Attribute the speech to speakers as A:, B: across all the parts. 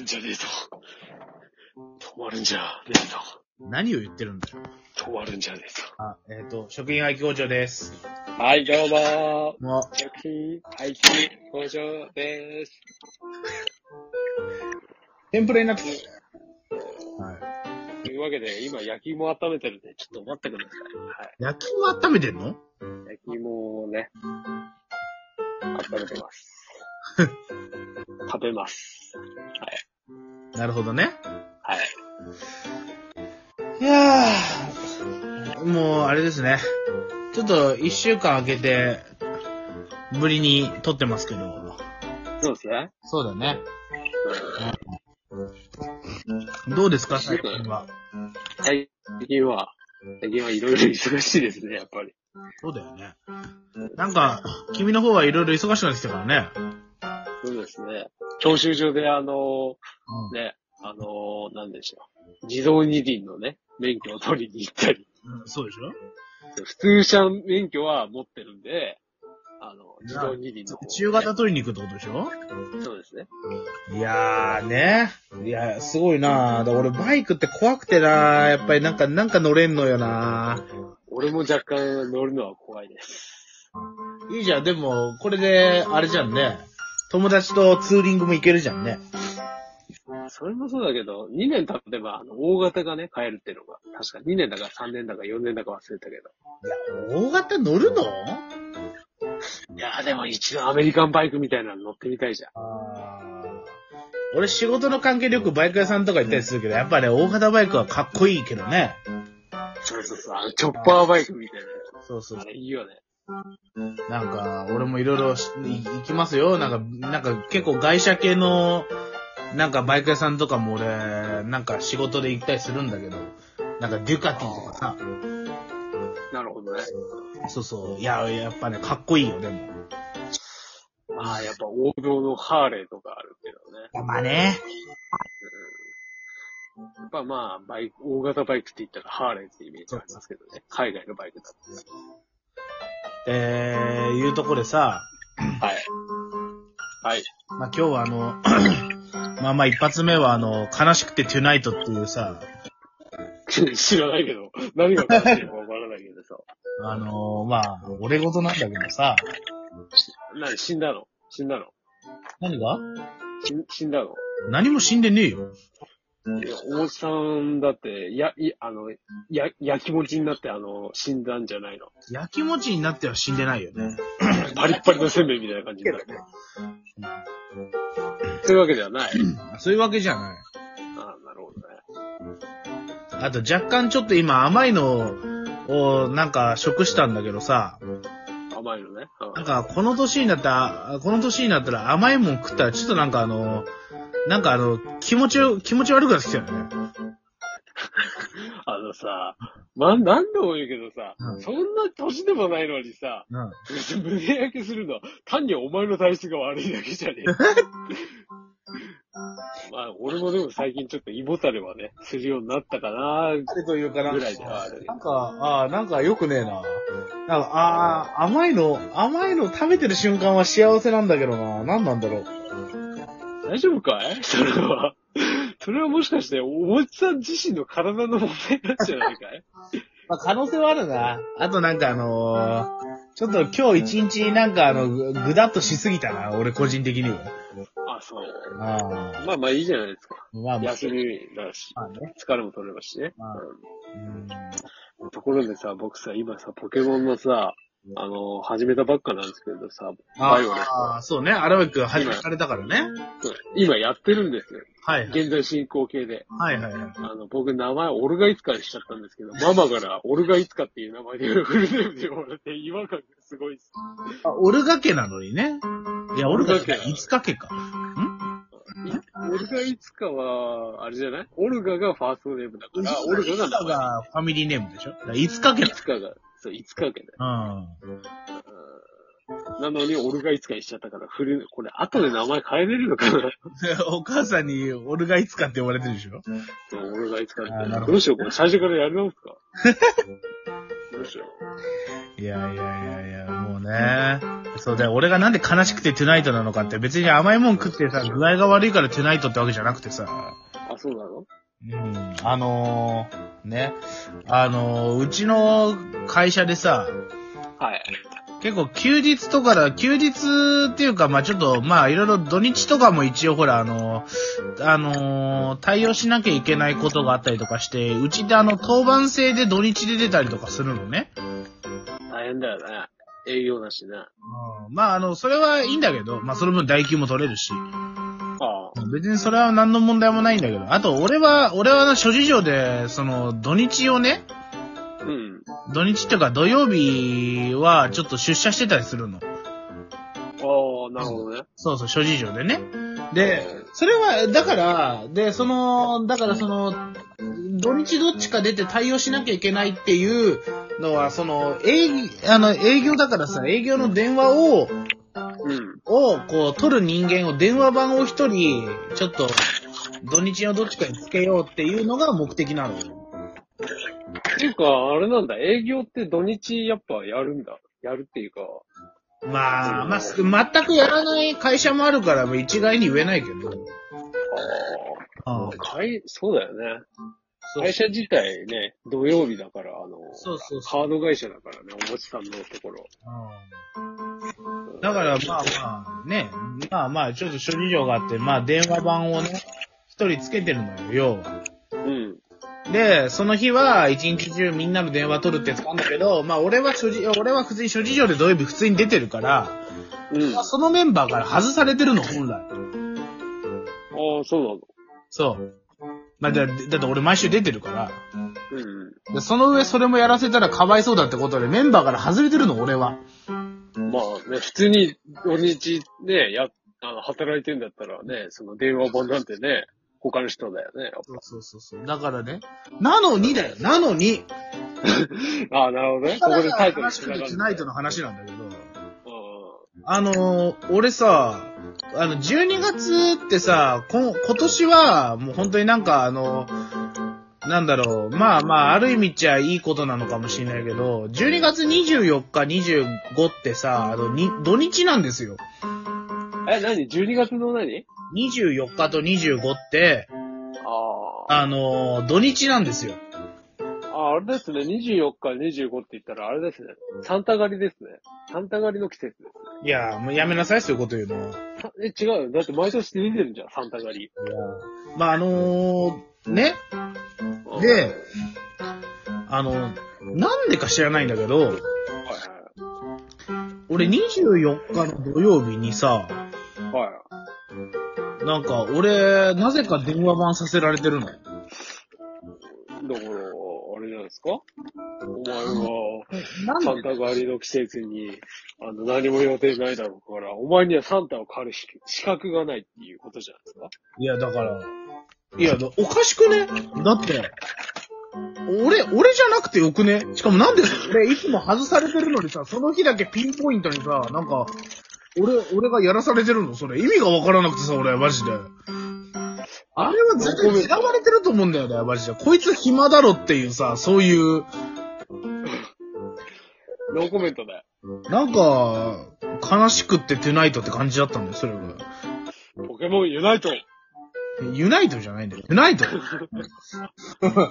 A: んじゃねえぞ。止まるんじゃねえぞ。
B: 何を言ってるんだよ。
A: 止まるんじゃねえぞ。
B: あ、えっ、と、職員廃棄工場です。
A: はい、どうも
B: もう、
A: ー。よき、はい、工場でーす。
B: テンプレになってきた。はい。
A: というわけで、今、焼き芋温めてるんで、ちょっと待ってくださ
B: 焼き芋温めてんの
A: い。焼き芋をね、温めてます。 食べます。
B: なるほどね。
A: はい。
B: いやー、もう、あれですね。ちょっと、一週間空けて、ぶりに撮ってますけど。
A: そうですね。
B: そうだね。どうですか、最近は。
A: 最近は、最近はいろいろ忙しいですね、やっぱり。
B: そうだよね。なんか、君の方はいろいろ忙しくなってきたからね。
A: そうですね。教習所で、あの、
B: うん
A: ね、あの、なんでしょう。自動二輪のね、免許を取りに行ったり。
B: うん、そうでしょ
A: 普通車免許は持ってるんで、あの、自動二輪の方をね、
B: 中型取りに行くってことでしょ
A: そうですね。
B: いやーね。いや、すごいなーだ俺バイクって怖くてなーやっぱりなんか、なんか乗れんのよな
A: 俺も若干乗るのは怖いです。
B: ーいいじゃん、でも、これで、あれじゃんね。友達とツーリングも行けるじゃんね。
A: それもそうだけど、2年経ってば、あの、大型がね、買えるっていうのが、確か2年だか3年だか4年だか忘れたけど。
B: 大型乗るの
A: いやーでも一度アメリカンバイクみたいなの乗ってみたいじゃん。
B: 俺仕事の関係でよくバイク屋さんとか行ったりするけど、やっぱね、大型バイクはかっこいいけどね。
A: そうそうそう、あの、チョッパーバイクみたい
B: そうそう
A: な。あれいいよね。
B: なんか、俺もいろいろしい行きますよ。なんか、なんか結構外車系の、なんかバイク屋さんとかも俺、なんか仕事で行ったりするんだけど、なんかデュカティとかさ、
A: なるほどね。
B: そうそう、いや、やっぱね、かっこいいよ、でも。
A: まあ、やっぱ王道のハーレーとかあるけどね。
B: まあね、
A: やっぱまあ、バイク、大型バイクって言ったらハーレーってイメージありますけどね。海外のバイクだっ
B: えー、いうとこでさ、
A: て。はい。はい。
B: まあ今日はあの、 まあまあ一発目はあの、悲しくてトゥナイトっていうさ、
A: 知らないけど、何が正しいのかわからないけどさ。
B: あのまあ、俺事なんだけどさ、
A: 何死んだの死んだの
B: 何が
A: 死ん死んだの
B: 何も死んでねえよ。
A: いや、おさんだって、や、い、あの、や、焼きもちになって、あの、死んだんじゃないの。
B: 焼きもちになっては死んでないよね。
A: パリッパリのせんべいみたいな感じになって。そういうわけではない。
B: そういうわけじゃない。
A: ああ、なるほどね。
B: あと若干ちょっと今甘いのをなんか食したんだけどさ、
A: 甘いのね。うん
B: なんかこの年になった、この年になったら甘いもん食ったらちょっとなんかあの、なんかあの、気持ちを、気持ち悪くなってきたよね。
A: あのさ、ま、何度も言うけどさ、
B: うん
A: そんな年でもないのにさ、
B: うん。
A: 別に胸焼けするのは、単にお前の体質が悪いだけじゃ ねえ。まあ、俺もでも最近ちょっと胃もたれはね、するようになったかな、
B: というか
A: ぐらいではある。
B: なんか、ああ、なんか良くねえな。なんか、ああ、甘いの、甘いの食べてる瞬間は幸せなんだけどな。何なんだろう。
A: 大丈夫かいそれは。それはもしかして、おもちさん自身の体の問題なんじゃないかい
B: まあ、可能性はあるな。あとなんかあのーちょっと今日一日なんかあの、ぐぐだっとしすぎたな。俺個人的には。
A: あ、そう。
B: ああ。
A: まあまあいいじゃないですか。
B: まあまあ、
A: 休みだし、
B: まあね。
A: 疲れも取れますしね。
B: まあ
A: うん
B: うん。
A: ところでさ、僕さ、今さ、ポケモンのさ、あの、始めたばっかなんですけどさ、バイオレッ
B: ああ、そうね。荒牧くん始められたからね。
A: ト、今やってるんですよ。
B: はいはい。
A: 現在進行形で。
B: はいはいはい。
A: あの、僕、名前、オルガイツカにしちゃったんですけど、ママから、オルガイツカっていう名前でフルネームで呼ばれて、違和感がすごいです。
B: あ、オルガ家なのにね。いや、オルガ家か。いつか家か。
A: いオルガイツカは、あれじゃないオルガがファーストネームだか
B: い
A: ら、オルガが
B: つか
A: 名前。
B: がファミリーネームでしょだからいつか家
A: い
B: だ。
A: つかが、そう、いつかけだよ。
B: うん。
A: うんなのに、オルガイツカにしちゃったから、フル、これ、後で名前変えれるのかな
B: お母さんにオルガいつかって呼ばれてるでしょ
A: そう、俺がいつかって
B: あなるほど
A: どうしよう、これ最初からやり直すか。むしろ。
B: いやいやいやいや、もうね。そうだよ。俺がなんで悲しくてトゥナイトなのかって、別に甘いもん食ってさ、具合が悪いからトゥナイトってわけじゃなくてさ。
A: あ、そうなの
B: うん。あのー、ね。あのー、うちの会社でさ、
A: はい。
B: 結構休日とかだ、休日っていうか、まあちょっと、まあいろいろ土日とかも一応ほら、あの、あのー対応しなきゃいけないことがあったりとかして、うちってあの、当番制で土日で出たりとかするのね。
A: 大変だよね。営業だしね。
B: うんまああの、それはいいんだけど、まあその分代休も取れるし、
A: ああ。
B: 別にそれは何の問題もないんだけど、あと俺は、俺はな諸事情で、その、土日をね、
A: うん。
B: 土日っていうか土曜日はちょっと出社してたりするの。
A: ああ、なるほどね。
B: そうそう、諸事情でね。で、それは、だから、で、その、だからその、土日どっちか出て対応しなきゃいけないっていうのは、その、営あの営業だからさ、営業の電話を、
A: うん。
B: を、こう、取る人間を、電話番を一人、ちょっと、土日のどっちかにつけようっていうのが目的なの。
A: っていうか、あれなんだ、営業って土日やっぱやるんだ。やるっていうか、
B: まあ、まあ、す全くやらない会社もあるから、一概に言えないけど。
A: ああ、会、そうだよね。
B: そう
A: 会社自体ね、土曜日だから、あの、
B: そうそうそ
A: カード会社だからね、おもちさんのところ。
B: うんだから、まあまあ、ね、まあまあ、ちょっと諸事情があって、まあ電話番をね、一人つけてるのよ、要は。
A: うん。
B: で、その日は一日中みんなの電話取るってやつなんだけど、まあ俺は諸事、俺は普通に諸事情で土曜日普通に出てるから、
A: うん。
B: ま
A: あ
B: あそのメンバーから外されてるの、本来。
A: あ、そうなの。
B: そう。まあだ、だって俺毎週出てるから。
A: うん
B: でその上それもやらせたらかわいそうだってことで、メンバーから外れてるの、俺は。
A: うん。まあね、普通に土日ね、や、あの、働いてんだったらね、その電話番なんてね、他の人だよね。
B: そうそうそうそう。だからね。なのにだよ、なのに。
A: ああ、なるほど
B: だ
A: ね。こ
B: か
A: こ
B: ら
A: でタイトル
B: 話
A: し
B: す
A: な
B: る
A: が
B: トゥ
A: ら。
B: ナイトの話なんだけど、
A: う
B: あのー俺さ、あの、12月ってさ、こん今年は、もう本当になんかあの、なんだろう、まあまあ、ある意味っちゃいいことなのかもしれないけど、12月24日、25ってさ、あの、に土日なんですよ。
A: ん。え、何 ?12 月の何
B: 24日と25って、
A: ああ。
B: あのー土日なんですよ。
A: あ、あれですね。24日、25って言ったら、あれですね。サンタ狩りですね。サンタ狩りの季節です
B: いや、もうやめなさい、そういうこと言うの。
A: さえ、違うよ。だって毎年出てるじゃん、サンタ狩り。
B: まあ、あのーね、
A: うん、
B: で、あの、なんでか知らないんだけど、
A: はい
B: 俺24日の土曜日にさ、
A: はい。はい。
B: なんか俺、なぜか電話番させられてるの。
A: だから、あれじゃないですかお前は、
B: なん
A: サンタ狩りの季節に、あの、何も予定ないだろうから、お前にはサンタを狩る資資格がないっていうことじゃないですか
B: いや、だから、いや、だおかしくねだって、俺、俺じゃなくてよくねしかもなんで俺いつも外されてるのにさ、その日だけピンポイントにさ、なんか、俺、俺がやらされてるのそれ意味がわからなくてさ、俺、マジで。あれは絶対嫌われてると思うんだよね、マジで。こいつ暇だろっていうさ、そういう、
A: ノーコメントだよ。
B: なんか、悲しくってトゥナイトって感じだったんだよ、それが。
A: ポケモンユナイト
B: ユナイトじゃないんだよ。ユナイト
A: まあまあま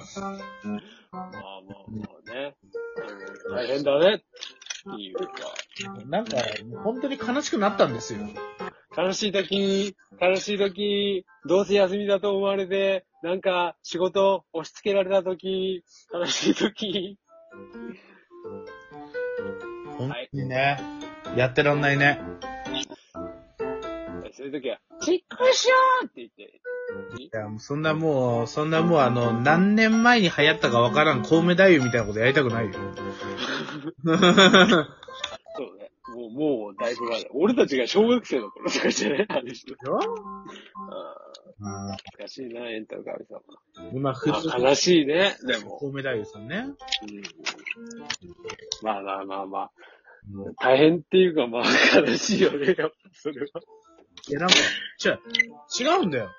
A: あね。うん大変だね。っていうか、
B: なんか、本当に悲しくなったんですよ。
A: 悲しい時、悲しい時、どうせ休みだと思われて、なんか仕事押し付けられた時、悲しい時、
B: 本当にね、やってらんないね。
A: そういう時は、実行しようって言って、
B: いや、もうそんなもう、そんなもうあの、何年前に流行ったかわからん、コウメ太夫みたいなことやりたく ないよ。
A: そうね。もう、もう、だいぶ前だ。俺たちが小学生の頃とかじゃねあの人。あ
B: あ
A: ー難しいな、エンタの神様。
B: ー今、普通
A: あ悲しいね、でも。
B: コウメ太夫さんね。
A: うんまあまあまあまあ。大変っていうか、まあ、悲しいよね、やっぱ、それは。
B: いや、なんか、違う、違うんだよ。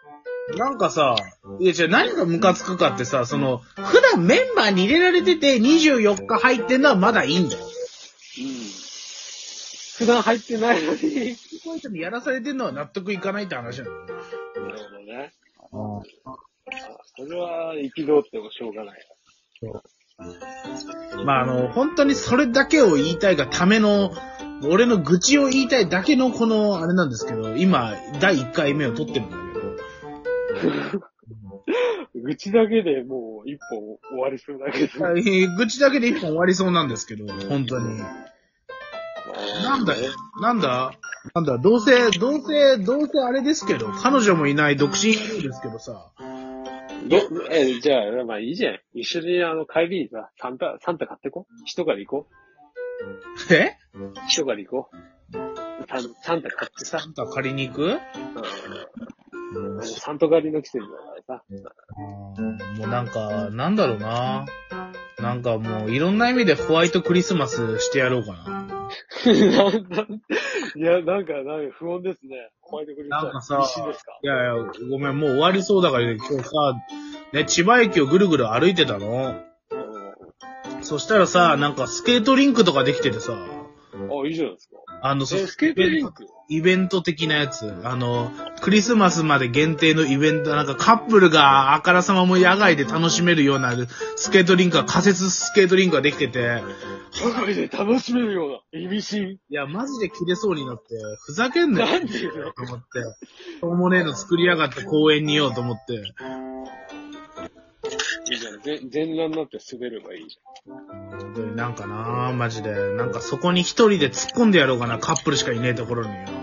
B: なんかさ、いや、じゃあ何がムカつくかってさ、その、普段メンバーに入れられてて24日入ってんのはまだいいんだよ。
A: 普段入ってないのに。なる
B: こういう人にやらされてんのは納得いかないって話なの。
A: ほどね。
B: あ
A: それは、憤ってもしょうがない。
B: まあ、あの、本当にそれだけを言いたいがための、俺の愚痴を言いたいだけのこの、あれなんですけど、今、第1回目を撮ってるんだけど、
A: 愚痴だけでもう一本終わりそうだけ ど。
B: えー愚痴だけで1本終わりそうなんですけど、本当に。なんだよ、なんだなんだ、どうせ、どうせ、どうせあれですけど、彼女もいない独身ですけどさ、
A: ど、え、じゃあ、まあいいじゃん。一緒にあの、帰りにさ、サンタ、サンタ買ってこ。一狩り行こ
B: え
A: う。一狩り行こう。サンサンタ買ってさ、
B: あんた借りに行く
A: うん、サンタ狩りの季節だからさ。
B: もうなんか、なんだろうな。なんかもう、いろんな意味でホワイトクリスマスしてやろうかな。
A: なんなんいや、なんか、なんか不穏ですね。ホワイトクリスマス。
B: なんかさ
A: 必死ですか
B: いやいや、ごめん、もう終わりそうだから、今日さ、ね、千葉駅をぐるぐる歩いてたの。
A: う
B: そしたらさ、なんかスケートリンクとかできててさ、
A: んあ、いいじゃないですか。
B: あの、そ
A: え、スケートリンク
B: イベント的なやつ。あの、クリスマスまで限定のイベント、なんかカップルがあからさまも野外で楽しめるようなスケートリンクが、仮設スケートリンクができてて、
A: 社会で楽しめるような、意味深。
B: いや、マジで切れそうになって、ふざけんなよ。
A: なんでよ
B: と思って。しょうもねえの作りやがって公園にいようと思って。
A: いいじゃん。ぜ全裸になって滑ればいいじ
B: 本当になんかなあマジで。なんかそこに一人で突っ込んでやろうかな、カップルしかいねえところによ。
A: ゃん。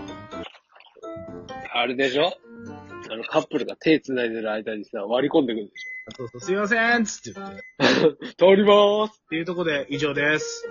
A: あれでしょあの、カップルが手繋いでる間にさ、割り込んでくるんで
B: そうそう、すいませんっつって言って。っ
A: しょ。通りまーす
B: ていうとこで以上です。